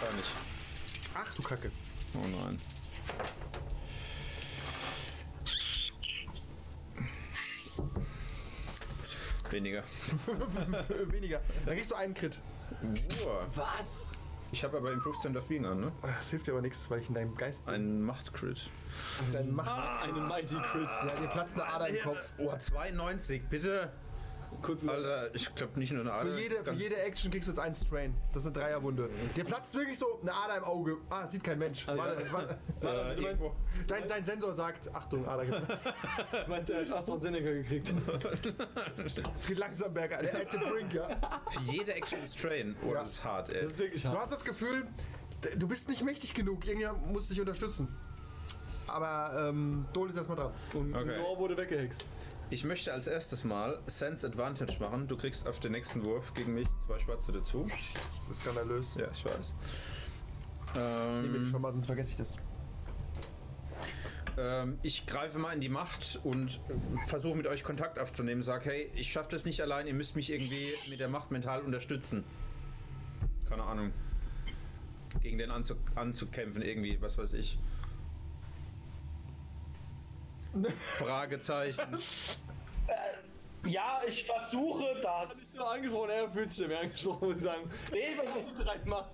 [SPEAKER 2] Gar nicht.
[SPEAKER 1] Ach du Kacke.
[SPEAKER 2] Oh nein. Weniger.
[SPEAKER 1] Weniger. Dann kriegst du einen Crit.
[SPEAKER 2] Uah.
[SPEAKER 3] Was?
[SPEAKER 2] Ich habe aber Improved Center of Being an, ne?
[SPEAKER 1] Ah, Das hilft dir aber nichts, weil ich in deinem Geist bin.
[SPEAKER 2] Ein Macht-Crit.
[SPEAKER 1] Dein
[SPEAKER 2] Ah,
[SPEAKER 1] Macht.
[SPEAKER 3] Einen Mighty Crit.
[SPEAKER 1] Ja, dir platzt eine Ader im Kopf.
[SPEAKER 2] Oh, 92, bitte.
[SPEAKER 3] Kurz gesagt.
[SPEAKER 2] Alter, ich glaube nicht nur eine Ader.
[SPEAKER 1] Für jede, für
[SPEAKER 2] ganz-
[SPEAKER 1] jede Action kriegst du jetzt einen Strain. Das ist eine Dreierwunde. Dir platzt wirklich so eine Ader im Auge. Ah, sieht kein Mensch. Warte, warte.
[SPEAKER 3] Also, du meinst,
[SPEAKER 2] irgendwo.
[SPEAKER 1] Dein, dein Sensor sagt, Achtung, Ader geplatzt.
[SPEAKER 3] du meinst, er hat AstraZeneca gekriegt.
[SPEAKER 1] Es geht langsam bergab. Der at the brink, ja.
[SPEAKER 2] Für jede Action ist Train. Oh,
[SPEAKER 1] Ja.
[SPEAKER 2] das ist hart, ey.
[SPEAKER 3] Das ist wirklich
[SPEAKER 1] Du
[SPEAKER 3] hart.
[SPEAKER 1] hast das Gefühl, d- du bist nicht mächtig genug. Irgendjemand muss dich unterstützen. Aber ähm, Dol ist erstmal dran.
[SPEAKER 3] Und
[SPEAKER 2] Okay.
[SPEAKER 3] Noah wurde weggehext.
[SPEAKER 2] Ich möchte als erstes mal Sense Advantage machen. Du kriegst auf den nächsten Wurf gegen mich zwei Schwarze dazu.
[SPEAKER 1] Das ist skandalös.
[SPEAKER 2] Ja, ich weiß.
[SPEAKER 1] Nehme ich
[SPEAKER 2] Ähm,
[SPEAKER 1] schon mal, sonst vergesse ich das.
[SPEAKER 2] ähm, ich greife mal in die Macht und versuche mit euch Kontakt aufzunehmen. Sag, hey, ich schaffe das nicht allein, ihr müsst mich irgendwie mit der Macht mental unterstützen. Keine Ahnung. Gegen den Anzug anzukämpfen, irgendwie, was weiß ich. Fragezeichen.
[SPEAKER 4] ja, ich versuche
[SPEAKER 3] Ist
[SPEAKER 4] das.
[SPEAKER 3] so angesprochen, er fühlt sich ja mehr angesprochen, muss ich sagen.
[SPEAKER 4] Nee,
[SPEAKER 3] Ich hab drei Macht.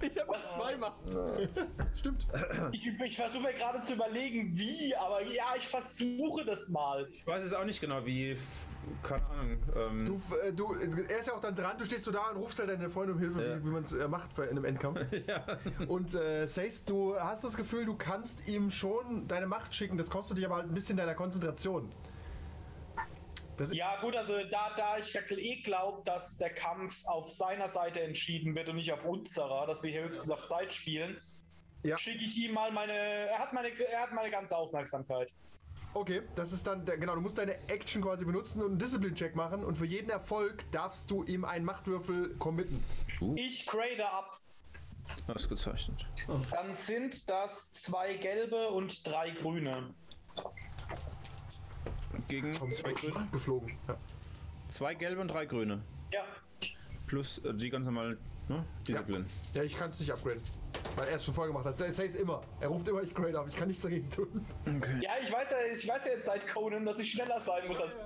[SPEAKER 3] Ich hab erst zwei Macht.
[SPEAKER 1] Stimmt.
[SPEAKER 4] Ich, ich versuche mir gerade zu überlegen, wie, aber ja, ich versuche das mal.
[SPEAKER 2] Ich weiß es auch nicht genau, wie. Keine Ahnung. Ähm,
[SPEAKER 1] Du, f- äh, du, äh, er ist ja auch dann dran, du stehst so da und rufst halt deine Freunde um Hilfe,
[SPEAKER 2] Ja.
[SPEAKER 1] wie, wie man es äh, macht bei einem Endkampf. Und äh, Seis, du hast das Gefühl, du kannst ihm schon deine Macht schicken, das kostet dich aber halt ein bisschen deiner Konzentration. Das
[SPEAKER 4] Ja, gut, also da, da ich ja eh glaube, dass der Kampf auf seiner Seite entschieden wird und nicht auf unserer, dass wir hier höchstens auf Zeit spielen,
[SPEAKER 1] Ja.
[SPEAKER 4] schicke ich ihm mal meine. Er hat meine, er hat meine ganze Aufmerksamkeit.
[SPEAKER 1] Okay, das ist dann, der- genau, du musst deine Action quasi benutzen und einen Discipline-Check machen und für jeden Erfolg darfst du ihm einen Machtwürfel committen.
[SPEAKER 4] Ich grade ab.
[SPEAKER 2] Ausgezeichnet.
[SPEAKER 4] Dann sind das zwei gelbe und drei grüne.
[SPEAKER 2] Gegen
[SPEAKER 1] Kommst
[SPEAKER 2] zwei, grüne,
[SPEAKER 1] du geflogen. Ja.
[SPEAKER 2] zwei gelbe und drei grüne.
[SPEAKER 4] Ja.
[SPEAKER 2] Plus äh, die ganz normale ne? Disziplin.
[SPEAKER 1] ja, ich kann es nicht upgraden, weil er es schon vorher gemacht hat. Das heißt immer, er ruft immer, ich grade ab, ich kann nichts dagegen tun.
[SPEAKER 4] Ja, ich weiß ja, ich weiß ja jetzt seit Conan, dass ich schneller sein muss als.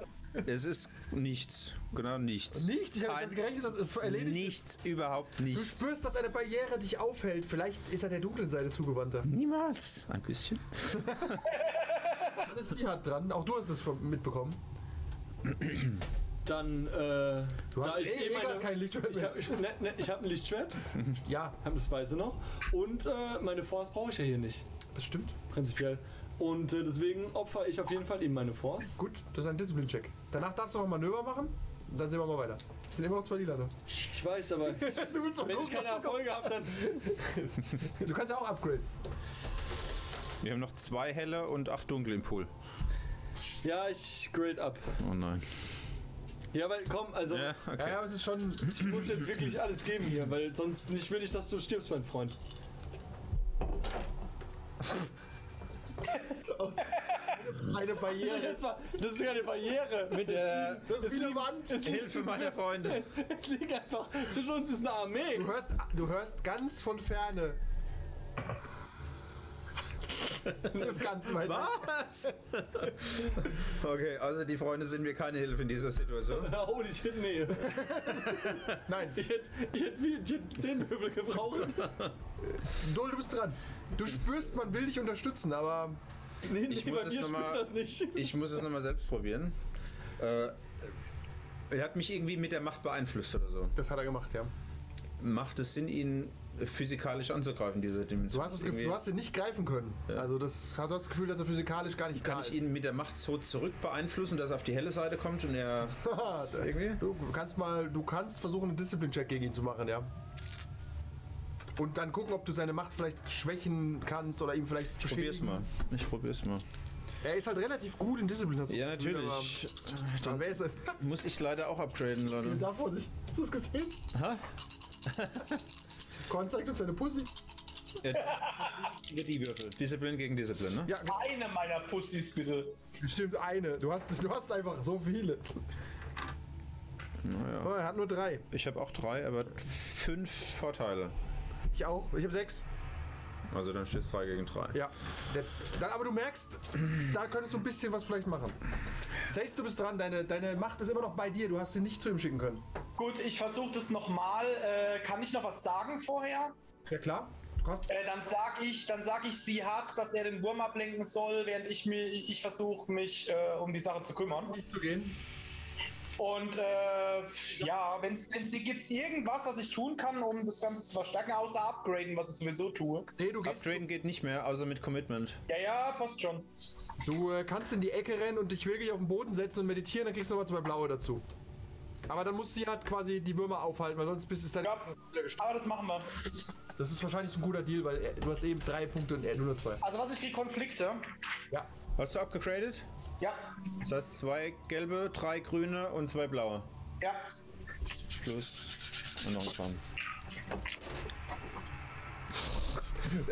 [SPEAKER 2] Es ist nichts. Genau nichts.
[SPEAKER 1] Nichts, ich habe
[SPEAKER 2] Kein-
[SPEAKER 1] damit gerechnet, das ist erledigt.
[SPEAKER 2] Nichts, überhaupt
[SPEAKER 1] Du
[SPEAKER 2] nichts.
[SPEAKER 1] spürst, dass eine Barriere dich aufhält. Vielleicht ist er der dunklen Seite zugewandter.
[SPEAKER 2] Niemals. Ein bisschen.
[SPEAKER 1] Dann ist die hart dran. Auch du hast es vom- mitbekommen.
[SPEAKER 3] Dann, äh, du
[SPEAKER 1] Du
[SPEAKER 3] da
[SPEAKER 1] hast
[SPEAKER 3] ich
[SPEAKER 1] eh, eh
[SPEAKER 3] eh
[SPEAKER 1] gar
[SPEAKER 3] meine,
[SPEAKER 1] kein Lichtschwert
[SPEAKER 3] ich
[SPEAKER 1] mehr.
[SPEAKER 3] habe ich, ne, ne, ich hab ein Lichtschwert,
[SPEAKER 1] Ja,
[SPEAKER 3] hab das weiße noch und äh, meine Force brauche ich ja hier nicht,
[SPEAKER 1] das stimmt.
[SPEAKER 3] prinzipiell. Und äh, deswegen opfer ich auf jeden Fall ihm meine Force.
[SPEAKER 1] Gut, das ist ein Discipline-Check. Danach darfst du noch ein Manöver machen. und Dann sehen wir mal weiter. Es sind immer noch zwei Lila. da.
[SPEAKER 3] Ich weiß, aber
[SPEAKER 1] Du willst doch
[SPEAKER 3] wenn ich
[SPEAKER 1] gucken,
[SPEAKER 3] keine
[SPEAKER 1] was da kommt.
[SPEAKER 3] Erfolge habe, dann
[SPEAKER 1] Du kannst ja auch upgraden.
[SPEAKER 2] Wir haben noch zwei helle und acht dunkle im Pool.
[SPEAKER 3] ja, ich grade up.
[SPEAKER 2] Oh nein.
[SPEAKER 3] Ja, weil komm, also
[SPEAKER 2] Ja,
[SPEAKER 1] Ja,
[SPEAKER 2] okay.
[SPEAKER 1] ja, aber es ist schon.
[SPEAKER 3] ich muss jetzt wirklich alles geben hier, weil sonst nicht will ich, dass du stirbst, mein Freund.
[SPEAKER 1] Eine
[SPEAKER 3] Das ist
[SPEAKER 1] Barriere.
[SPEAKER 3] jetzt mal- das ist keine Barriere.
[SPEAKER 2] Mit der
[SPEAKER 1] Das ist wie eine Wand.
[SPEAKER 2] Hilfe meiner Freunde.
[SPEAKER 3] Es liegt einfach zwischen uns ist eine Armee.
[SPEAKER 1] Du hörst, du hörst ganz von Ferne. Das ist ganz weit. weg.
[SPEAKER 2] Was? Okay, also die Freunde sind mir keine Hilfe in dieser Situation.
[SPEAKER 3] Holy shit, nee.
[SPEAKER 1] Nein,
[SPEAKER 3] Ich hätte ich hätt, wie- ich hätt zehn Möbel gebraucht.
[SPEAKER 1] Dol, du bist dran. Du spürst, man will dich unterstützen, aber
[SPEAKER 3] Nee, nee,
[SPEAKER 2] Ich
[SPEAKER 3] bei
[SPEAKER 2] muss
[SPEAKER 3] mir
[SPEAKER 2] es
[SPEAKER 3] stimmt
[SPEAKER 2] noch mal-
[SPEAKER 3] das nicht.
[SPEAKER 2] Ich muss es nochmal selbst probieren. Äh, er hat mich irgendwie mit der Macht beeinflusst oder so.
[SPEAKER 1] das hat er gemacht, ja.
[SPEAKER 2] Macht es Sinn, ihn physikalisch anzugreifen, diese Dimension?
[SPEAKER 1] Du hast, das Gefühl, du hast ihn nicht greifen können. Also das, du hast das Gefühl, dass er physikalisch gar nicht
[SPEAKER 2] Kann
[SPEAKER 1] da
[SPEAKER 2] ich
[SPEAKER 1] ist.
[SPEAKER 2] ihn mit der Macht so zurück beeinflussen, dass er auf die helle Seite kommt und er. irgendwie?
[SPEAKER 1] Du kannst mal, du kannst versuchen, einen Discipline-Check gegen ihn zu machen, ja. Und dann gucken, ob du seine Macht vielleicht schwächen kannst oder ihm vielleicht
[SPEAKER 2] Ich probier's
[SPEAKER 1] beschädigen.
[SPEAKER 2] mal. Ich probier's mal.
[SPEAKER 1] Er ist halt relativ gut in Discipline. hast du
[SPEAKER 2] Ja,
[SPEAKER 1] das Gefühl,
[SPEAKER 2] natürlich.
[SPEAKER 1] Aber, aber wer ist er?
[SPEAKER 2] Muss ich leider auch upgraden, Leute.
[SPEAKER 1] Da vor sich. Hast du das gesehen?
[SPEAKER 2] Hä?
[SPEAKER 1] Korn zeigt uns seine Pussy.
[SPEAKER 2] Die Würfel. Disziplin gegen Disziplin, ne?
[SPEAKER 1] Ja,
[SPEAKER 4] Eine meiner Pussys bitte.
[SPEAKER 1] stimmt, eine. Du hast, du hast einfach so viele. Oh, er hat nur drei.
[SPEAKER 2] Ich habe auch drei, aber fünf Vorteile.
[SPEAKER 1] Ich auch. Ich habe sechs.
[SPEAKER 2] Also dann steht es drei gegen drei.
[SPEAKER 1] Ja. Der, dann, aber du merkst, da könntest du ein bisschen was vielleicht machen. Says, du bist dran, deine, deine Macht ist immer noch bei dir, du hast sie nicht zu ihm schicken können.
[SPEAKER 4] Gut, ich versuche das nochmal. Äh, kann ich noch was sagen vorher?
[SPEAKER 1] Ja klar. Du hast,
[SPEAKER 4] Äh, dann sag ich, dann sag ich, sie hat, dass er den Wurm ablenken soll, während ich mir, ich versuche mich äh, um die Sache zu kümmern.
[SPEAKER 1] nicht zu gehen.
[SPEAKER 4] Und äh, ja, wenn es gibt's irgendwas, was ich tun kann, um das Ganze zu verstärken, außer upgraden, was ich sowieso tue.
[SPEAKER 1] Nee, du gehst.
[SPEAKER 2] Upgraden geht nicht mehr, außer mit Commitment.
[SPEAKER 4] Ja, ja, passt schon.
[SPEAKER 1] Du äh, kannst in die Ecke rennen und dich wirklich auf den Boden setzen und meditieren, dann kriegst du nochmal zwei blaue dazu. Aber dann musst du ja quasi die Würmer aufhalten, weil sonst bist du dann.
[SPEAKER 4] Ja, aber das machen wir.
[SPEAKER 1] Das ist wahrscheinlich ein guter Deal, weil er, du hast eben drei Punkte und er nur noch zwei.
[SPEAKER 4] Also was ich kriege, Konflikte.
[SPEAKER 1] Ja.
[SPEAKER 2] Hast du abgegradet?
[SPEAKER 4] Ja,
[SPEAKER 2] Das heißt zwei gelbe, drei grüne und zwei blaue.
[SPEAKER 4] ja.
[SPEAKER 2] Plus und noch ein Kram.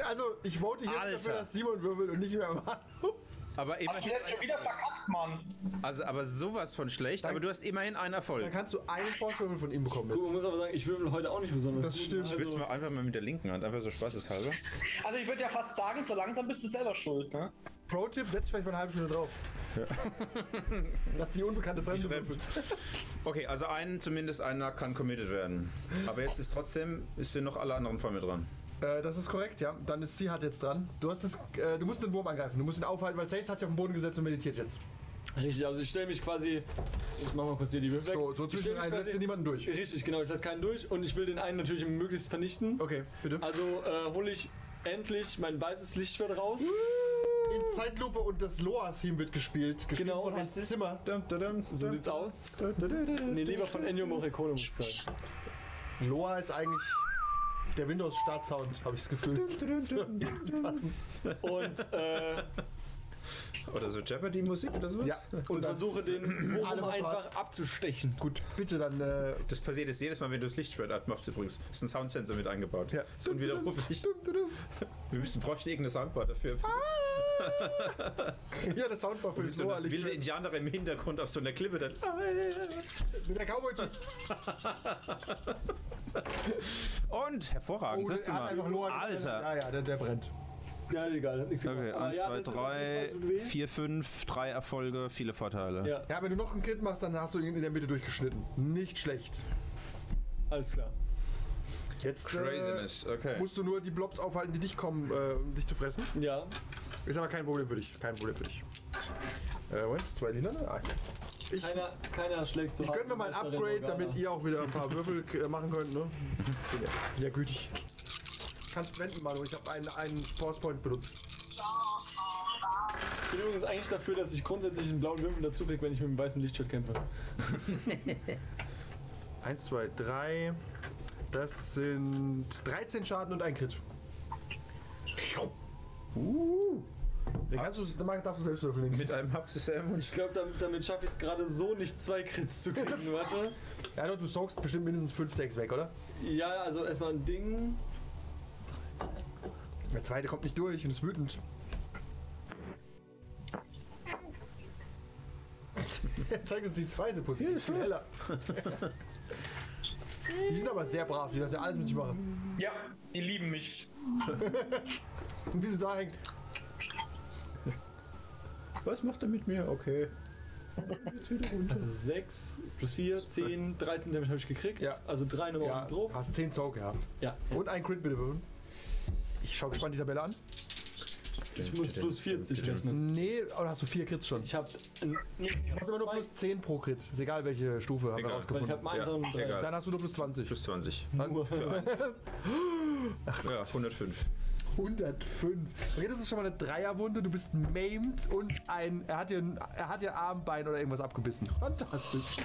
[SPEAKER 1] Also, ich vote hier
[SPEAKER 2] Alter.
[SPEAKER 1] dafür, dass Simon wirbelt und nicht mehr Manu.
[SPEAKER 2] Aber
[SPEAKER 4] Hast du
[SPEAKER 2] immerhin,
[SPEAKER 4] jetzt schon wieder verkackt, Mann.
[SPEAKER 2] also aber sowas von schlecht, aber du hast immerhin einen
[SPEAKER 1] Dann
[SPEAKER 2] Erfolg.
[SPEAKER 1] kannst du einen Forstwirbel von ihm bekommen
[SPEAKER 3] Gut,
[SPEAKER 1] jetzt.
[SPEAKER 3] man muss aber sagen, ich würfel heute auch nicht besonders.
[SPEAKER 1] Das
[SPEAKER 3] gut. ne? Also,
[SPEAKER 1] stimmt.
[SPEAKER 2] Ich will es mal einfach mal mit der linken Hand, einfach so spaßeshalber.
[SPEAKER 4] Also ich würde ja fast sagen, so langsam bist du selber schuld. Ne?
[SPEAKER 1] Pro-Tipp, setz vielleicht mal eine halbe Stunde drauf. Lass die unbekannte Fremde würfeln.
[SPEAKER 2] Okay, also einen, zumindest einer kann committed werden. Aber jetzt ist trotzdem, ist sind noch alle anderen vor mir dran.
[SPEAKER 1] Äh, das ist korrekt, ja. Dann ist sie hat jetzt dran. Du hast das, äh, du musst den Wurm angreifen. Du musst ihn aufhalten, weil Sace hat sich auf den Boden gesetzt und meditiert jetzt.
[SPEAKER 3] Richtig, also ich stelle mich quasi. Ich mach mal kurz hier die Würfel.
[SPEAKER 1] So, so
[SPEAKER 3] Ich stell
[SPEAKER 1] zwischen
[SPEAKER 3] mich
[SPEAKER 1] rein, lässt
[SPEAKER 3] quasi-
[SPEAKER 1] dir niemanden durch.
[SPEAKER 3] Richtig, genau, ich lasse keinen durch und ich will den einen natürlich möglichst vernichten.
[SPEAKER 1] Okay, bitte.
[SPEAKER 3] Also äh, hole ich endlich mein weißes Lichtschwert raus.
[SPEAKER 1] in Zeitlupe und das Loa-Theme wird gespielt. gespielt
[SPEAKER 3] Genau,
[SPEAKER 1] von Hans
[SPEAKER 3] richtig.
[SPEAKER 1] Zimmer.
[SPEAKER 3] So sieht's aus. Nee, lieber von Ennio Morricone, muss ich sagen.
[SPEAKER 1] Loa ist eigentlich der Windows-Startsound, habe ich das Gefühl.
[SPEAKER 3] Und, äh,
[SPEAKER 2] Oder so Jeopardy-Musik oder so?
[SPEAKER 1] ja,
[SPEAKER 3] und versuche den
[SPEAKER 1] Alle, was
[SPEAKER 3] Wurm
[SPEAKER 1] du
[SPEAKER 3] einfach abzustechen.
[SPEAKER 1] gut, bitte dann. Äh,
[SPEAKER 2] Das passiert jetzt jedes Mal, wenn du das Lichtschwert anmachst übrigens. Ist ein Soundsensor mit eingebaut.
[SPEAKER 1] Ja.
[SPEAKER 2] Ist unwiderruflich. Wir müssen, bräuchten irgendeine Soundbar dafür.
[SPEAKER 3] Ah,
[SPEAKER 1] ja, der Sound war für
[SPEAKER 2] Mit so
[SPEAKER 1] Loa.
[SPEAKER 2] einer wilde Indianer im Hintergrund auf so einer Klippe. Dann,
[SPEAKER 3] Ah,
[SPEAKER 1] Der Cowboy
[SPEAKER 2] und
[SPEAKER 3] Oh,
[SPEAKER 2] hervorragend, das ist
[SPEAKER 1] der hat einfach
[SPEAKER 2] mal.
[SPEAKER 1] Loa
[SPEAKER 2] Alter.
[SPEAKER 1] Ja, ja, der, der brennt.
[SPEAKER 3] Ja, egal, hat nichts
[SPEAKER 2] Okay,
[SPEAKER 3] gemacht. Aber
[SPEAKER 2] 1,
[SPEAKER 3] Ah, ja,
[SPEAKER 2] 2,
[SPEAKER 3] das ist auf jeden
[SPEAKER 2] 3,
[SPEAKER 3] Fall tut weh.
[SPEAKER 2] 4, 5, 3 Erfolge, viele Vorteile.
[SPEAKER 3] Ja,
[SPEAKER 1] Ja, wenn du noch einen Crit machst, dann hast du ihn in der Mitte durchgeschnitten. Nicht schlecht.
[SPEAKER 3] alles klar.
[SPEAKER 1] Jetzt
[SPEAKER 2] Craziness,
[SPEAKER 1] Äh,
[SPEAKER 2] okay.
[SPEAKER 1] musst du nur die Blobs aufhalten, die dich kommen, äh, um dich zu fressen.
[SPEAKER 3] Ja,
[SPEAKER 1] Ist aber kein Problem für dich. Kein Problem für dich. Äh, Moment, zwei lila? Ah, okay. Ich,
[SPEAKER 3] keiner, keiner schlägt so
[SPEAKER 1] ich gönne mir mal ein Upgrade, damit ihr auch wieder ein paar Würfel äh, machen könnt, ne? Bin Ja, bin ja gütig. Kannst wenden, Manu. Ich habe einen, einen Force Point benutzt.
[SPEAKER 3] Ich bin übrigens eigentlich dafür, dass ich grundsätzlich einen blauen Würfel dazu krieg, wenn ich mit dem weißen Lichtschwert kämpfe.
[SPEAKER 1] Eins, zwei, drei. Das sind 13 Schaden und ein Crit. Uh. Den kannst du, den darfst du selbst würfeln.
[SPEAKER 2] Mit einem Hubsystem und
[SPEAKER 3] Ich glaube, damit, damit schaffe ich es gerade so nicht, zwei Crits zu kriegen. Warte.
[SPEAKER 1] Ja, doch, du saugst bestimmt mindestens 5, 6 weg, oder?
[SPEAKER 3] Ja, also erstmal ein Ding.
[SPEAKER 1] Der zweite kommt nicht durch und ist wütend. Er zeigt uns die zweite Pussy. Die ist viel heller. Die sind aber sehr brav, die lassen ja alles mit sich machen.
[SPEAKER 4] Ja, die lieben mich.
[SPEAKER 1] Und wie sie da hängt.
[SPEAKER 2] Was macht er mit mir? Okay.
[SPEAKER 3] Also 6 plus 4, 10, 13 Damage habe ich gekriegt.
[SPEAKER 1] Ja.
[SPEAKER 3] Also 3 nochmal
[SPEAKER 1] Ja,
[SPEAKER 3] oben drauf.
[SPEAKER 1] hast 10 Saug, ja.
[SPEAKER 3] Ja.
[SPEAKER 1] Und ein Crit bitte würfeln. Ich schau gespannt die Tabelle an.
[SPEAKER 3] Ich muss plus 40 rechnen.
[SPEAKER 1] Nee, oder hast du 4 Crits schon?
[SPEAKER 3] Ich habe. Nee,
[SPEAKER 1] Du hast immer nur plus 10 pro Crit. Ist egal welche Stufe, haben wir
[SPEAKER 2] Egal.
[SPEAKER 3] Weil ich
[SPEAKER 1] rausgefunden.
[SPEAKER 3] habe meinen so einen
[SPEAKER 2] egal.
[SPEAKER 3] drei.
[SPEAKER 1] Dann hast du nur plus 20.
[SPEAKER 2] Plus 20.
[SPEAKER 1] Dann
[SPEAKER 2] Ja, 105.
[SPEAKER 1] 105. Okay, das ist schon mal eine Dreierwunde. Du bist maimed und ein. Er hat dir, ein- er hat dir Arm, Bein oder irgendwas abgebissen. Fantastisch.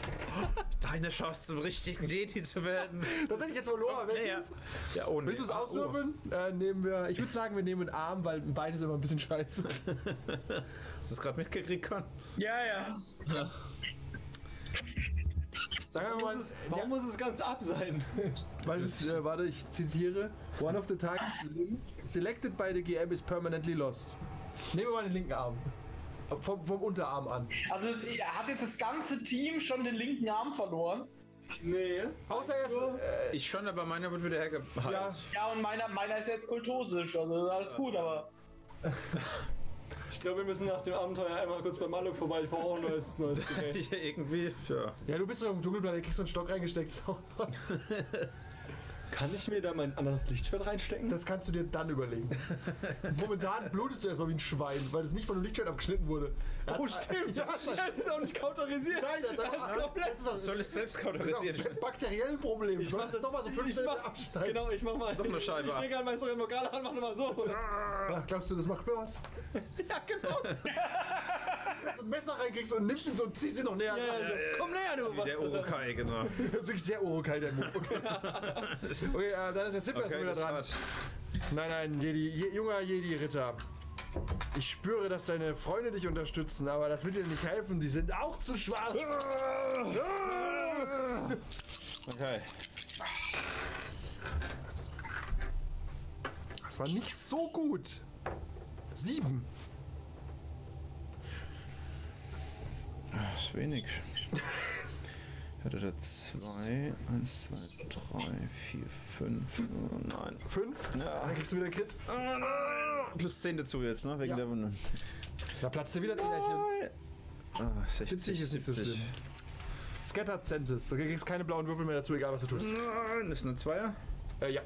[SPEAKER 2] Deine Chance zum richtigen Jedi zu werden.
[SPEAKER 1] Tatsächlich jetzt, wo Loa weg ist.
[SPEAKER 2] Ja, ohne.
[SPEAKER 1] Willst du es
[SPEAKER 2] Ah, oh.
[SPEAKER 1] auswürfeln? Äh, nehmen wir. Ich würde sagen, wir nehmen einen Arm, weil ein Bein ist immer ein bisschen scheiße.
[SPEAKER 2] Hast du es gerade mitgekriegt, Con?
[SPEAKER 4] Ja, ja.
[SPEAKER 1] Sagen wir mal,
[SPEAKER 3] Warum
[SPEAKER 1] ja,
[SPEAKER 3] muss es ganz ab sein?
[SPEAKER 1] weil es, äh, warte, ich zitiere. One of the targets limb selected by the GM is permanently lost. Nehmen wir mal den linken Arm. Vom, vom Unterarm an.
[SPEAKER 4] Also hat jetzt das ganze Team schon den linken Arm verloren.
[SPEAKER 3] Nee.
[SPEAKER 1] Außer er ist. Äh,
[SPEAKER 2] Ich schon, aber meiner wird wieder hergehalten.
[SPEAKER 1] ja,
[SPEAKER 4] Ja, und meiner, meiner ist jetzt kultosisch, also alles gut, aber.
[SPEAKER 3] Ich glaube, wir müssen nach dem Abenteuer einmal kurz bei Maluk vorbei. Ich brauche auch ein neues, neues Gerät.
[SPEAKER 2] Ich irgendwie, ja.
[SPEAKER 1] ja, du bist doch im Dunkelplan, kriegst so einen Stock reingesteckt.
[SPEAKER 3] Kann ich mir da mein anderes Lichtschwert reinstecken?
[SPEAKER 1] Das kannst du dir dann überlegen. Momentan blutest du erstmal wie ein Schwein, weil es nicht von einem Lichtschwert abgeschnitten wurde.
[SPEAKER 3] oh, stimmt.
[SPEAKER 1] Ja, das-
[SPEAKER 3] das ist auch nicht counterisiert.
[SPEAKER 1] Nein, das ist
[SPEAKER 3] Das ist
[SPEAKER 1] einfach
[SPEAKER 3] komplett-
[SPEAKER 1] das ist auch-
[SPEAKER 2] Soll es selbst
[SPEAKER 1] das ist auch
[SPEAKER 2] kautorisieren?
[SPEAKER 1] ein bakterielles Problem.
[SPEAKER 3] Ich mach
[SPEAKER 1] Solltest
[SPEAKER 3] das
[SPEAKER 1] nochmal so fünf
[SPEAKER 3] ich
[SPEAKER 1] Zentimeter
[SPEAKER 3] mach,
[SPEAKER 1] abschneiden.
[SPEAKER 3] Genau, ich mach mal.
[SPEAKER 2] Noch eine Scheibe
[SPEAKER 3] Ich
[SPEAKER 2] ab.
[SPEAKER 3] stecke an Meisterin Vokal an, mach nochmal so.
[SPEAKER 1] Ah, Glaubst du, das macht mir was?
[SPEAKER 3] ja, genau.
[SPEAKER 1] Wenn du ein Messer reinkriegst und nimmst ihn so und ziehst ihn noch näher.
[SPEAKER 3] Ja,
[SPEAKER 1] ran.
[SPEAKER 3] ja, so. Komm näher, du
[SPEAKER 2] Der
[SPEAKER 3] Bastard.
[SPEAKER 2] Urukai, genau. Okay,
[SPEAKER 1] Das ist wirklich sehr Urukai, der Move. Okay, okay äh, dann ist der Sif erstmal wieder
[SPEAKER 2] das
[SPEAKER 1] dran.
[SPEAKER 2] hat.
[SPEAKER 1] Nein, nein, Jedi, Je, junger Jedi-Ritter. Ich spüre, dass deine Freunde dich unterstützen, aber das wird dir nicht helfen. Die sind auch zu schwach.
[SPEAKER 2] Ah! Okay.
[SPEAKER 1] Das war nicht so gut. Sieben.
[SPEAKER 2] Das ist wenig. Ich hatte da zwei, eins, zwei, drei, vier, fünf, oh nein.
[SPEAKER 1] Fünf. Ah,
[SPEAKER 2] Ja.
[SPEAKER 1] Dann kriegst du wieder einen Crit.
[SPEAKER 2] Oh nein. Plus 10 dazu jetzt, ne? Wegen
[SPEAKER 1] Ja.
[SPEAKER 2] der Wunde.
[SPEAKER 1] Da platzt dir wieder ein Äderchen.
[SPEAKER 2] Ah, 60,
[SPEAKER 1] 70 ist nicht so
[SPEAKER 2] 70.
[SPEAKER 1] schlimm. Scattered Senses. Okay, kriegst keine blauen Würfel mehr dazu, egal was du
[SPEAKER 2] Mhm.
[SPEAKER 1] tust.
[SPEAKER 2] Nein, das ist eine Zweier.
[SPEAKER 1] Äh, ja.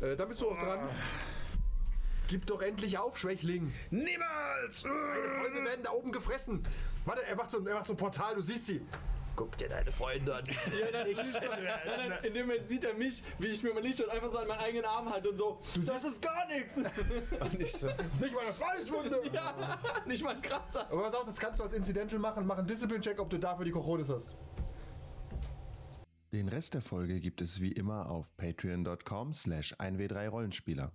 [SPEAKER 1] Äh, dann bist du auch dran.
[SPEAKER 2] Ah.
[SPEAKER 1] Gib doch endlich auf, Schwächling.
[SPEAKER 2] Niemals!
[SPEAKER 1] Freunde werden da oben gefressen. Warte, er macht so, er macht so ein Portal, du siehst sie. Guck dir deine Freunde an.
[SPEAKER 3] Ja, dann, nein, nein, in dem Moment sieht er mich, wie ich mir mein Licht einfach so an meinen eigenen Arm halte und so, das ist gar nichts.
[SPEAKER 5] Und ich so,
[SPEAKER 1] Das ist nicht meine Fleischwunde.
[SPEAKER 3] Ja, nicht mal ein Kratzer.
[SPEAKER 1] Aber pass auf, das kannst du als Incidental machen. Mach einen Discipline-Check, ob du dafür die Kochonis hast.
[SPEAKER 6] Den Rest der Folge gibt es wie immer auf patreon.com slash 1w3rollenspieler.